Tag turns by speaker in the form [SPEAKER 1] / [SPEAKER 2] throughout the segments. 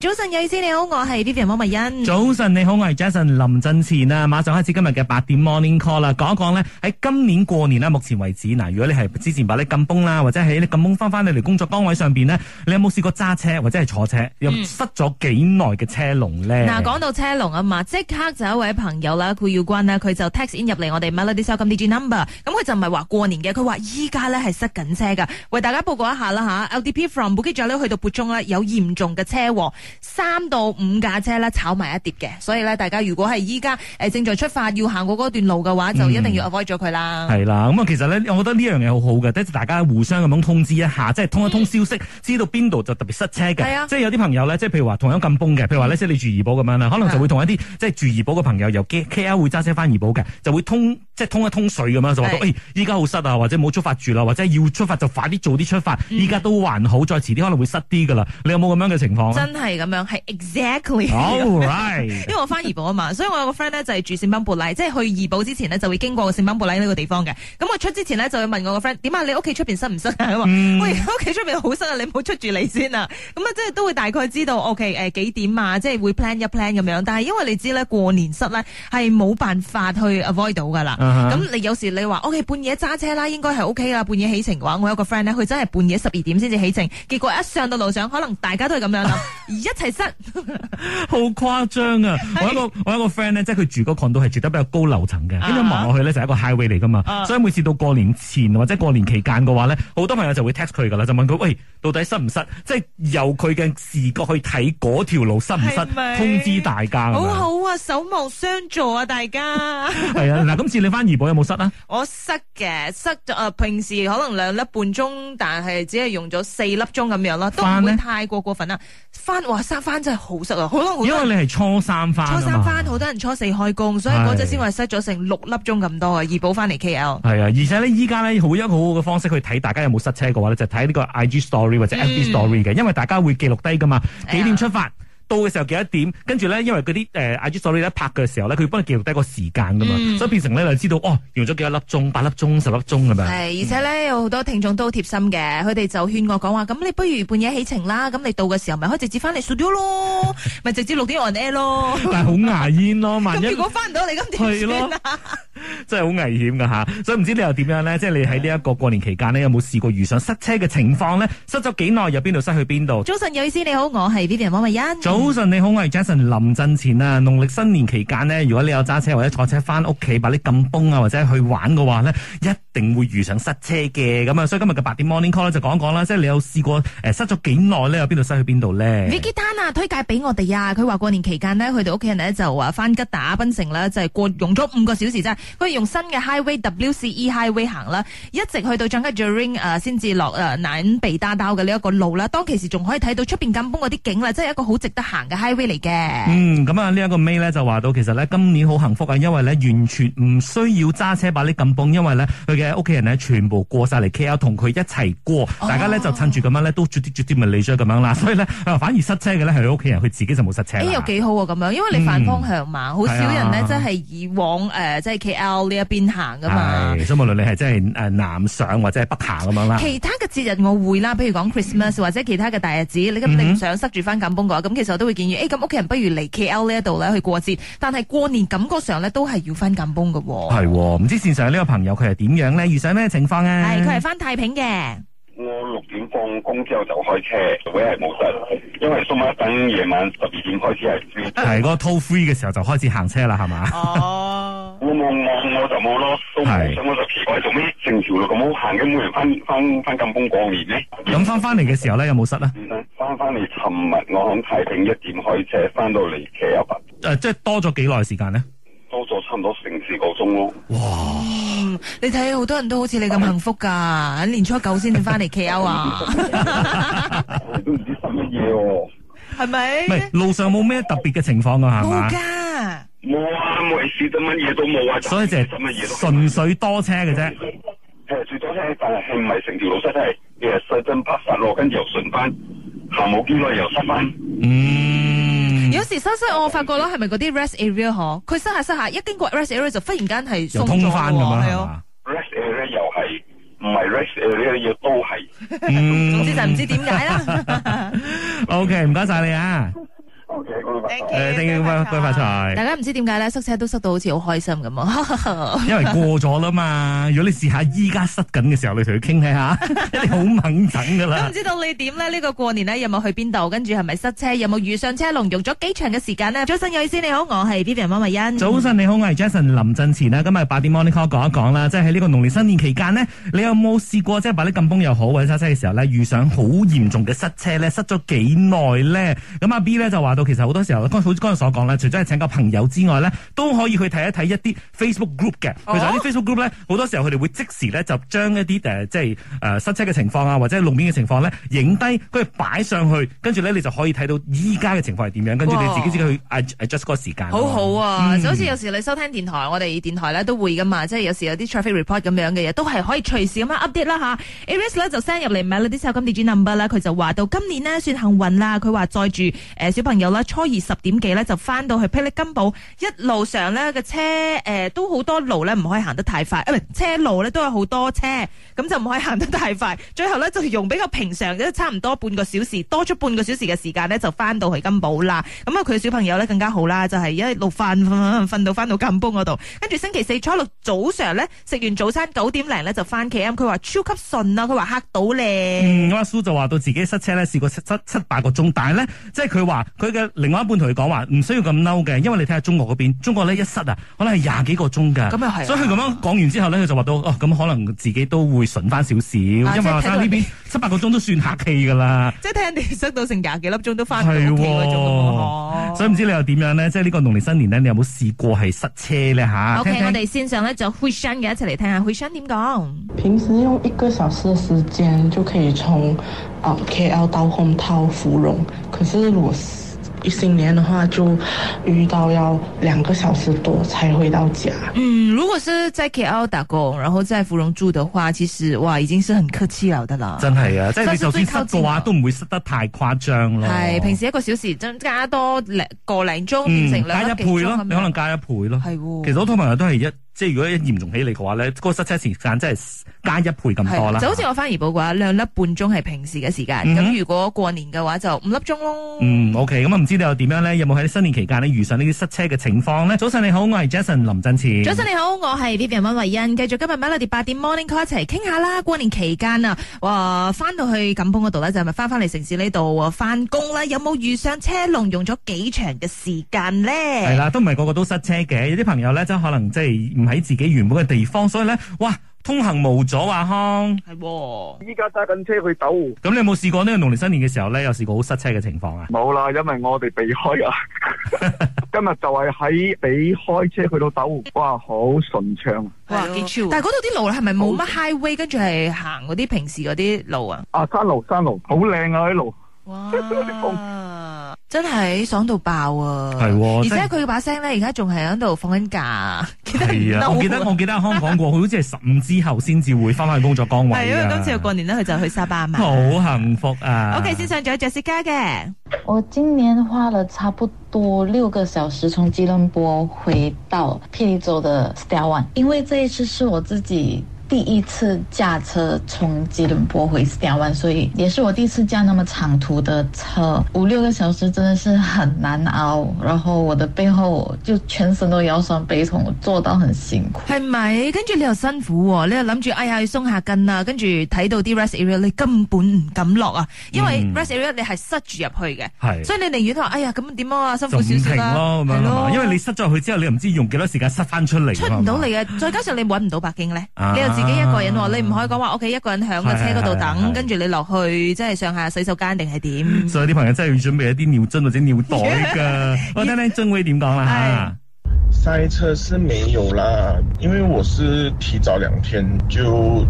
[SPEAKER 1] 早晨，有意思你好，我係 Vivian 莫文欣。
[SPEAKER 2] 早晨，你好，我係 Jason 林振前啊！馬上開始今日嘅八點 Morning Call 啦，講一講呢，喺今年過年啦，啊目前為止嗱，如果你係之前把你禁崩啦，或者喺你禁崩翻翻你嚟工作崗位上邊呢，你有冇試過揸車或者係坐車，又塞咗幾耐嘅車龍呢？
[SPEAKER 1] 嗱，講到車龍啊嘛，即刻就有一位朋友啦，佢要關啦，佢就 text in 入嚟我哋 Melody 收金 D G number，咁佢就唔係話過年嘅，佢話依家咧係塞緊車噶，為大家報告一下啦吓，LDP from Bukit Jalil 去到 Puchong 啦，有嚴重嘅車禍，三到五架車咧炒埋一碟嘅，所以咧大家如果係依家誒正在出發要行過嗰段路嘅話，就一定要 avoid 咗佢啦。
[SPEAKER 2] 嗯係啦，咁啊，其實咧，我覺得呢樣嘢好好嘅，即係大家互相咁樣通知一下，即係通一通消息，知道邊度就特別塞車
[SPEAKER 1] 嗯係啊
[SPEAKER 2] 嘅。即係有啲朋友咧，即係譬如話同樣咁崩嘅，譬如話咧，即係你住怡保咁
[SPEAKER 1] 嗯
[SPEAKER 2] 樣啦，可能就會同一啲即係住怡保嘅朋友由 K K L 會揸車翻怡保嘅，就會通即係通一通水咁樣，就話到
[SPEAKER 1] 係
[SPEAKER 2] 誒依家好塞啊，或者冇出發住啦，或者要出發就快啲早啲出發，
[SPEAKER 1] 嗯
[SPEAKER 2] 依家都還好，再遲啲可能會塞啲噶啦。你有冇咁樣嘅情況啊哦
[SPEAKER 1] 真係咁樣，係啊 exactly。
[SPEAKER 2] ？All right。
[SPEAKER 1] 因為我翻怡保啊嘛，所以我有個 friend 咧就係住聖賓布禮，即係去怡保之前呢，就會經過個聖賓布禮呢個地方嘅。咁我出之前呢，就會問我個 friend 點啊，你屋企出邊塞唔塞啊？佢話
[SPEAKER 2] 嗯
[SPEAKER 1] 喂，屋企出邊好塞啊，你唔好出住嚟先啊。咁啊，即係都會大概知道，OK 誒、幾點啊，即係會 plan 一 plan 咁樣。但係因為你知咧，過年塞咧係冇辦法去 avoid 到㗎啦。
[SPEAKER 2] 啊哈
[SPEAKER 1] 咁、你有時你話 OK 半夜揸車啦，應該係 OK 啦。半夜起程嘅話，我有個 friend 咧，佢真係半夜十二點先至起程，結果一上到路上，可能大家都係咁樣 啦，一齊塞。
[SPEAKER 2] 好誇 張啊！我有一個我有一個 friend 咧，即係佢住嗰 condo 係住得比較高樓層嘅，
[SPEAKER 1] 哎啊
[SPEAKER 2] 跟住望落去咧就係一個 highway 嚟噶嘛
[SPEAKER 1] 啊，
[SPEAKER 2] 所以每次到過年前或者過年期間嘅話咧，好多朋友就會 text 佢噶啦，就問佢喂，到底塞唔塞？即係由佢嘅視覺去睇嗰條路塞唔塞
[SPEAKER 1] 係，咪
[SPEAKER 2] 通知大家咁
[SPEAKER 1] 好
[SPEAKER 2] 樣。
[SPEAKER 1] 好啊，守望相助啊，大 家。
[SPEAKER 2] 係啊，嗱，今次你翻怡保有冇塞啊？
[SPEAKER 1] 我塞嘅，塞咗啊，平時可能兩粒半鐘，但係只係用咗四粒鐘咁樣啦，都
[SPEAKER 2] 翻
[SPEAKER 1] 唔會
[SPEAKER 2] 呢
[SPEAKER 1] 太過過分啦。翻哇，塞翻真係好塞啊，好多好
[SPEAKER 2] 因
[SPEAKER 1] 多人。
[SPEAKER 2] 為你係初三翻
[SPEAKER 1] 初
[SPEAKER 2] 啊
[SPEAKER 1] 三
[SPEAKER 2] 嘛。
[SPEAKER 1] 翻，好多人初四開工，所以嗰陣
[SPEAKER 2] 係
[SPEAKER 1] 先話塞咗成六粒鐘咁多啊，怡保翻嚟 K L。
[SPEAKER 2] 係啊，而且咧，依家咧好一個好好嘅方式去睇大家有冇塞車嘅話咧，就睇呢個 I G Story 或者 F B
[SPEAKER 1] 嗯
[SPEAKER 2] Story 嘅，因為大家會記錄低噶嘛，
[SPEAKER 1] 哎呀
[SPEAKER 2] 幾點出發。到嘅時候幾多點？跟住咧，因為嗰啲誒 IG story 咧拍嘅時候咧，佢會幫你記錄低個時間噶嘛，
[SPEAKER 1] 嗯
[SPEAKER 2] 所以變成咧就知道哦，用咗幾多粒鐘、八粒鐘、十粒鐘咁樣。
[SPEAKER 1] 係，而且
[SPEAKER 2] 嗯
[SPEAKER 1] 咧有好多聽眾都好貼心嘅，佢哋就勸我講話，咁你不如半夜起程啦，咁你到嘅時候咪可以直接翻嚟 studio 咯，咪直接六點 on air 咯。
[SPEAKER 2] 但係好牙煙咯， 萬一
[SPEAKER 1] 咁如果翻唔到嚟，咁
[SPEAKER 2] 係
[SPEAKER 1] 點
[SPEAKER 2] 咯
[SPEAKER 1] 算啊？
[SPEAKER 2] 真係好危險噶吓，所以唔知你又點樣咧？即係你喺呢一個過年期間呢，有冇試過遇上塞車嘅情況咧？塞咗幾耐？由邊度塞去邊度？
[SPEAKER 1] 早晨，有意思，你好，我係 Vivian 汪慧欣。
[SPEAKER 2] 早晨，你好，我係 Jason 林振前啊。農曆新年期間呢，如果你有揸車或者坐車翻屋企，把啲禁崩啊，或者去玩嘅話呢，一定會遇上塞車嘅。咁啊，所以今日嘅八點 Morning Call 咧就講一講啦，即係你有試過誒塞咗幾耐呢？有邊度塞去邊度呢？
[SPEAKER 1] Vicky Tan 啊，推介俾我哋啊！佢話過年期間呢，佢哋屋企人呢就話翻吉打檳城啦，就係過用咗五個小時啫。佢用新嘅 Highway WCE Highway 行啦，一直去到 j a n g a j u r i n g 誒呃先至落誒南鼻打兜嘅呢一個路啦。當其時仲可以睇到出邊金崩嗰啲景啦，即係一個好值得行嘅 Highway 嚟嘅。
[SPEAKER 2] 嗯，咁啊呢一個 May 咧就話到，其實咧今年好幸福啊，因為咧完全唔需要揸車把你咁崩，因為咧佢嘅屋企人咧全部過晒嚟 KL 同佢一齊過，
[SPEAKER 1] 哦
[SPEAKER 2] 大家咧就趁住咁樣咧都啜啲啜啲咪嚟咗咁樣啦，所以咧啊反而塞車嘅咧係佢屋企人，佢自己就冇塞車啦。嗯
[SPEAKER 1] 誒又幾好啊咁樣，因為你反方向嘛，好少人呢
[SPEAKER 2] 係啊
[SPEAKER 1] 真係以往誒即係 KL 呢一邊行噶嘛。
[SPEAKER 2] 係所啊以無論你係真係誒南上或者係北下咁樣啦。
[SPEAKER 1] 其他嘅節日我會啦，譬如講 Christmas 或者其他嘅大日子，你
[SPEAKER 2] 嗯
[SPEAKER 1] 咁你唔想塞住翻緊崩嘅話，咁其實我都會建議，誒咁屋企人不如嚟 KL 呢一度咧去過節，但係過年感覺上咧都係要翻緊崩嘅喎。
[SPEAKER 2] 係喎，唔知線上呢個朋友佢係點樣咧？遇上咩情況咧？
[SPEAKER 1] 係，佢係翻太平嘅。
[SPEAKER 3] 我六點放工之後就開車，會係冇塞，因為蘇馬等夜晚十二點開始係要。
[SPEAKER 2] 係嗰個 toll free 嘅時候就開始行車啦，係嘛？
[SPEAKER 1] 哦，
[SPEAKER 3] 我冇我我就冇咯，都冇
[SPEAKER 2] 係
[SPEAKER 3] 想我就奇怪做咩成條路咁好行嘅，冇人翻翻翻咁工過年呢？
[SPEAKER 2] 咁翻翻嚟嘅時候咧，有冇啊塞咧？
[SPEAKER 3] 翻翻嚟，尋日我響太平一點開車翻到嚟騎一百，
[SPEAKER 2] 誒，呃即係多咗幾耐時間咧？
[SPEAKER 3] 多咗差唔多成四個鐘咯。
[SPEAKER 1] 嗯，你睇好多人都好似你咁幸福㗎，年初九先至翻嚟 KL 啊，
[SPEAKER 2] 啊
[SPEAKER 3] 我都唔知塞乜嘢喎。
[SPEAKER 1] 係咪
[SPEAKER 2] 唔？係路上冇咩特別嘅情況㗎，係
[SPEAKER 1] 冇
[SPEAKER 2] 嘛？
[SPEAKER 1] 㗎。
[SPEAKER 3] 冇啊，冇事，得乜嘢都冇啊。
[SPEAKER 2] 所以就
[SPEAKER 3] 塞乜嘢都
[SPEAKER 2] 係純粹多車嘅啫。
[SPEAKER 3] 誒，最多係，但係唔係成條路塞，真係誒細真北塞落，跟住又順翻，行冇幾耐又塞翻。
[SPEAKER 2] 嗯，
[SPEAKER 1] 有時塞塞我發覺啦，係咪嗰啲 rest area 嗬？佢塞下塞下，一經過 rest area 就忽然間係鬆
[SPEAKER 2] 又
[SPEAKER 1] 咗
[SPEAKER 2] 通翻咁
[SPEAKER 1] 喎
[SPEAKER 2] 樣
[SPEAKER 1] 係
[SPEAKER 2] 係
[SPEAKER 1] 啊
[SPEAKER 2] 嘛？
[SPEAKER 3] rest area 又係， 唔係 rest area 嘢都係。
[SPEAKER 2] 嗯
[SPEAKER 1] 總之就唔知點解啦。
[SPEAKER 2] O K，唔該晒你啊，
[SPEAKER 3] O K，我明白
[SPEAKER 4] Thank
[SPEAKER 2] 誒，定
[SPEAKER 4] 拜
[SPEAKER 2] 拜
[SPEAKER 4] 拜
[SPEAKER 2] 拜發
[SPEAKER 1] 大
[SPEAKER 2] 財，
[SPEAKER 1] 家唔知點解咧，塞車都塞到好似好開心咁 啊！
[SPEAKER 2] 因為過咗啦嘛。如果你試下依家塞緊嘅時候，你同佢傾睇下， 一定好猛整噶
[SPEAKER 1] 咁
[SPEAKER 2] 啦
[SPEAKER 1] 唔。知道你點咧？呢個過年咧有冇去邊度？跟住係咪塞車？有冇遇上車龍？用咗幾長嘅時間呢？早晨，有意思你好，我係 Vivian 温慧欣。
[SPEAKER 2] 早晨，你好，我係 Jason 林振前啊啦。今日八點 Morning Call 講一講啦，即係喺呢個農曆新年期間呢，你有冇試過即係把啲禁崩又好或者塞車嘅時候呢，遇上好嚴重嘅塞車呢？塞咗幾耐呢？咁阿 B 呢就話到，其實好多時候，剛好似剛才所講啦，除咗係請個朋友之外呢，都可以去睇一睇一啲 Facebook group 嘅。佢就喺啲 Facebook group 呢，好多時候佢哋會即時呢，就將一啲誒、呃即係誒、呃塞車嘅情況啊，或者路面嘅情況呢，影低，跟住擺上去，跟住呢，你就可以睇到依家嘅情況係點樣，跟住你自己自己去 ad- adjust 嗰個時間咯。
[SPEAKER 1] 好好啊！
[SPEAKER 2] 嗯
[SPEAKER 1] 就好似有時你收聽電台，我哋電台咧都會噶嘛，即係有時有啲 traffic report 咁樣嘅嘢，都係可以隨時咁樣 update 啦吓。Aris 咧就 send 入嚟買啦啲手金地址 number 啦，佢就話到今年呢算幸運啦，佢話載住誒小朋友啦，初二十點幾咧就翻到去霹靂金寶，一路上咧嘅車誒、呃都好多路咧唔可以行得太快，啊唔係車路咧都有好多車，咁就唔可以行得太快。最後咧就用比較平常嘅差唔多半個小時，多咗半個小時嘅時間咧就翻到去金寶啦。咁啊佢小朋友咧更加好啦，就係一路瞓瞓瞓到翻到金寶嗰度，跟住星期四初六早上咧食完早餐九點零咧就翻 K M，佢話超級順啊，佢話嚇到咧。
[SPEAKER 2] 嗯，咁阿蘇就話到自己塞車咧，試過七七七八個鐘，但係咧，即係佢話佢嘅另外一半同佢講話，唔需要咁嬲嘅，因為你睇下中國嗰邊，中國咧一塞啊，可能係廿幾個鐘㗎。
[SPEAKER 1] 咁又係啊
[SPEAKER 2] 所以佢咁樣講完之後咧，佢就話到哦，咁可能自己都會順翻少少，因為我睇下呢邊七八個鐘都算客氣㗎啦。
[SPEAKER 1] 即係聽人哋塞到成廿幾粒鐘都翻唔到屋企嗰種咁啊
[SPEAKER 2] 所以唔知你又點樣咧？即係呢個農曆新年咧，你有冇試過係塞車咧吓
[SPEAKER 1] O、k
[SPEAKER 2] 聽聽
[SPEAKER 1] 我哋線上咧就 Hui Shan 嘅一齊嚟聽下 Hui Shan 點講。
[SPEAKER 5] 平时用一个小时的时间就可以从啊、KL 到 home 到芙蓉，可是如果是一新年的话，就遇到要两个小时多才回到家。
[SPEAKER 1] 嗯，如果是在 KL 打工，然後在芙蓉住的話，其實哇已經是很客氣了的啦。
[SPEAKER 2] 真係啊，即係你就
[SPEAKER 1] 所以
[SPEAKER 2] 算
[SPEAKER 1] 最靠
[SPEAKER 2] 塞嘅
[SPEAKER 1] 近啊
[SPEAKER 2] 話，都唔會塞得太誇張咯。
[SPEAKER 1] 係平時一個小時增加多零個零鐘，變
[SPEAKER 2] 嗯
[SPEAKER 1] 成兩
[SPEAKER 2] 加一
[SPEAKER 1] 粒幾
[SPEAKER 2] 倍
[SPEAKER 1] 鐘
[SPEAKER 2] 咯，
[SPEAKER 1] 咁樣
[SPEAKER 2] 你可能加一倍咯。
[SPEAKER 1] 係喎
[SPEAKER 2] 其實好多朋友都係一，即係如果一嚴重起嚟嘅話咧，嗰個塞車時間真係加一倍咁多啦。
[SPEAKER 1] 係就好似我翻怡寶嘅話，兩粒半鐘係平時嘅時間，
[SPEAKER 2] 嗯
[SPEAKER 1] 咁、
[SPEAKER 2] 哼
[SPEAKER 1] 如果過年嘅話就五粒鐘咯。
[SPEAKER 2] 嗯，OK，咁啊唔知你又點樣咧？有冇喺新年期間咧遇上呢啲塞車嘅情況咧？早晨你好，我係 Jason 林振前。
[SPEAKER 1] 早晨你好，我係 Vivian 温慧欣，繼續今日 Melody 八點 Morning Call 一齊傾下啦。過年期間啊，哇，翻到去錦豐嗰度咧，就係咪翻翻嚟城市呢度啊翻工啦？有冇遇上車龍用咗幾長嘅時間咧？
[SPEAKER 2] 係啦，都唔係個個都塞車嘅，有啲朋友咧，即係可能即係唔喺自己原本嘅地方，所以咧，哇，通行無阻啊康。
[SPEAKER 1] 係喎，
[SPEAKER 6] 依家揸緊車去斗湖
[SPEAKER 2] 咁你有冇試過呢個農曆新年嘅時候咧，有試過好塞車嘅情況 啊？
[SPEAKER 6] 冇啦，因為我哋避開啊。今日就係喺避開車去到斗湖，哇，好順暢啊！
[SPEAKER 1] 哇，
[SPEAKER 4] 係咯
[SPEAKER 1] 幾超！但係嗰度啲路係咪冇乜 highway，跟住係行嗰啲平時嗰啲路啊？
[SPEAKER 6] 啊，山路山路好靚啊！喺路
[SPEAKER 1] 哇！真係爽到爆啊！
[SPEAKER 2] 係喎
[SPEAKER 1] 而
[SPEAKER 2] 真係
[SPEAKER 1] 且佢把聲咧，而家仲係喺度放緊假， 記得唔
[SPEAKER 2] 係啊，
[SPEAKER 1] 嬲
[SPEAKER 2] 我記得我記得阿康講過，佢好似係十五之後先至會翻返去工作崗位㗎。啊哦
[SPEAKER 1] 係因為今次過年咧，佢就去沙巴啊嘛。
[SPEAKER 2] 好幸福啊
[SPEAKER 1] OK，先上咗 Jessica 嘅。
[SPEAKER 7] 我今年花了差不多六个小时从吉隆坡回到霹雳州的 s t a r One，因为这一次是我自己第一次驾车从吉隆坡回 s t a r One，所以也是我第一次驾那么长途的车，五六个小时真的是很难熬。然后我的背后就全身都腰酸背痛，我坐到很辛苦。
[SPEAKER 1] 系咪？跟住你又辛苦、喎，你又諗住哎呀要鬆下筋啦，跟住睇到啲 rest area 你根本唔敢落啊，因為
[SPEAKER 2] 嗯
[SPEAKER 1] rest area 你係塞住入去嘅，
[SPEAKER 2] 係
[SPEAKER 1] 所以你寧願話哎呀咁點啊，辛
[SPEAKER 2] 就
[SPEAKER 1] 苦
[SPEAKER 2] 唔
[SPEAKER 1] 少少
[SPEAKER 2] 停
[SPEAKER 1] 啦，
[SPEAKER 2] 咯，咁樣
[SPEAKER 1] 係
[SPEAKER 2] 係嘛因為你塞咗去之後，你又唔知用幾多時間塞翻出嚟，
[SPEAKER 1] 出唔到嚟嘅，再加上你揾唔到北京咧，
[SPEAKER 2] 啊
[SPEAKER 1] 你又自己一個人喎，你唔可以講話屋企一個人喺個車嗰度
[SPEAKER 2] 係係係
[SPEAKER 1] 等，
[SPEAKER 2] 係
[SPEAKER 1] 跟住你落去即係上下洗手間定係點？
[SPEAKER 2] 所以啲朋友真係要準備一啲尿樽或者尿 袋噶。我聽聽曾威點講啦
[SPEAKER 8] 塞车是没有啦，因为我是提早两天就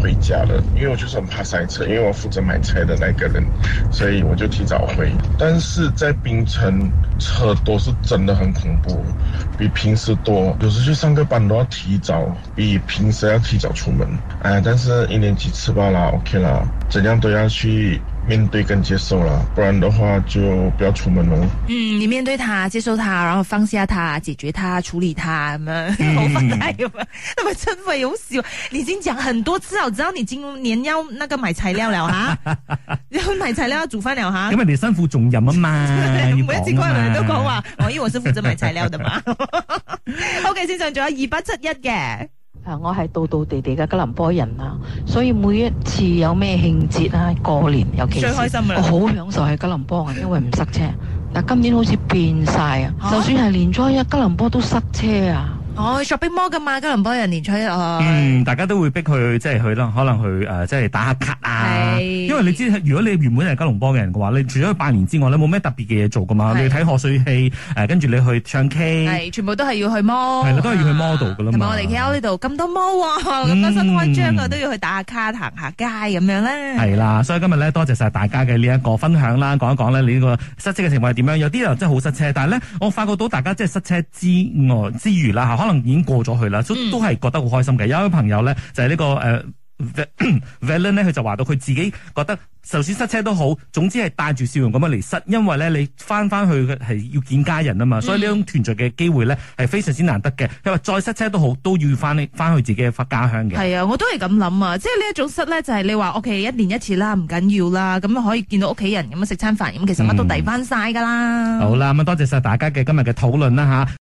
[SPEAKER 8] 回家了，因为我就是很怕塞车，因为我负责买菜的那个人，所以我就提早回。但是在槟城车多是真的很恐怖，比平时多，有时去上个班都要提早，比平时要提早出门。哎，但是一年几次罢啦，OK 啦，怎样都要去面对跟接受啦，不然的话就不要出门哦喽。
[SPEAKER 1] 嗯，你面对他，接受他，然后放下他，解决他，处理他，咁样好啊快咁样，那么真会有笑。你已经讲很多次哦了，我知道你今年要那个买材料了啊 哈，要买材料要煮饭了哈
[SPEAKER 2] 咁。人哋辛苦重任 啊嘛，
[SPEAKER 1] 每一
[SPEAKER 2] 要
[SPEAKER 1] 次
[SPEAKER 2] 講
[SPEAKER 1] 過
[SPEAKER 2] 啊
[SPEAKER 1] 嚟
[SPEAKER 2] 嘛
[SPEAKER 1] 都講話，我哦因為我是負責賣材料的嘛。OK，先上仲有二八七一嘅。
[SPEAKER 4] 啊，我係道道地地嘅吉林波人啊，所以每一次有咩慶節啊、過年，尤其是
[SPEAKER 1] 最開心㗎啦
[SPEAKER 4] 我好享受喺吉林波啊，因為唔塞車。但今年好似變晒啊
[SPEAKER 1] 嚇，
[SPEAKER 4] 就算係年初一吉林波都塞車啊。
[SPEAKER 1] 哦，shopping mall 噶嘛，吉隆坡人年初一哦
[SPEAKER 2] 嗯，大家都會逼佢即係去啦，可能去誒、呃即係打下卡啊。
[SPEAKER 1] 係
[SPEAKER 2] 因為你知，如果你原本係吉隆坡嘅人嘅話，你除咗去拜年之外咧，冇咩特別嘅嘢做噶嘛。
[SPEAKER 1] 係
[SPEAKER 2] 你去睇賀歲戲，誒、呃跟住你去唱 K，
[SPEAKER 1] 係全部都係要去 mall，
[SPEAKER 2] 嗯係啦都係要去 mall 度㗎啦嘛
[SPEAKER 1] 同埋我哋 K L 呢度咁多 mall 喎咁多新開張嘅
[SPEAKER 2] 嗯
[SPEAKER 1] 都要去打下卡、行下街咁樣咧。
[SPEAKER 2] 係啦。所以今日咧，多謝晒大家嘅呢一個分享啦，講一講咧你呢個塞車嘅情況係點樣。有啲人真係好塞車，但係咧，我發覺到大家即係塞車之外之餘啦，可能已經過咗去啦，都
[SPEAKER 1] 嗯
[SPEAKER 2] 都係覺得好開心嘅。有一位朋友咧就係、呢、個呃 Valen 咧，佢就話到佢自己覺得，就算塞車都好，總之係帶住笑容咁樣嚟塞，因為咧你翻翻去嘅係要見家人啊
[SPEAKER 1] 嗯
[SPEAKER 2] 嘛，所以呢種團聚嘅機會咧係非常之難得嘅。佢話再塞車都好，都要翻翻去自己嘅家鄉嘅。
[SPEAKER 1] 係啊，我都係咁諗啊，即係呢一種失咧，就係你話 O K 一年一次啦，唔緊要啦，咁啊可以見到屋企人咁樣食餐飯，咁其實乜都
[SPEAKER 2] 嗯
[SPEAKER 1] 抵翻晒噶啦。
[SPEAKER 2] 好啦，咁啊多謝晒大家嘅今日嘅討論啦吓。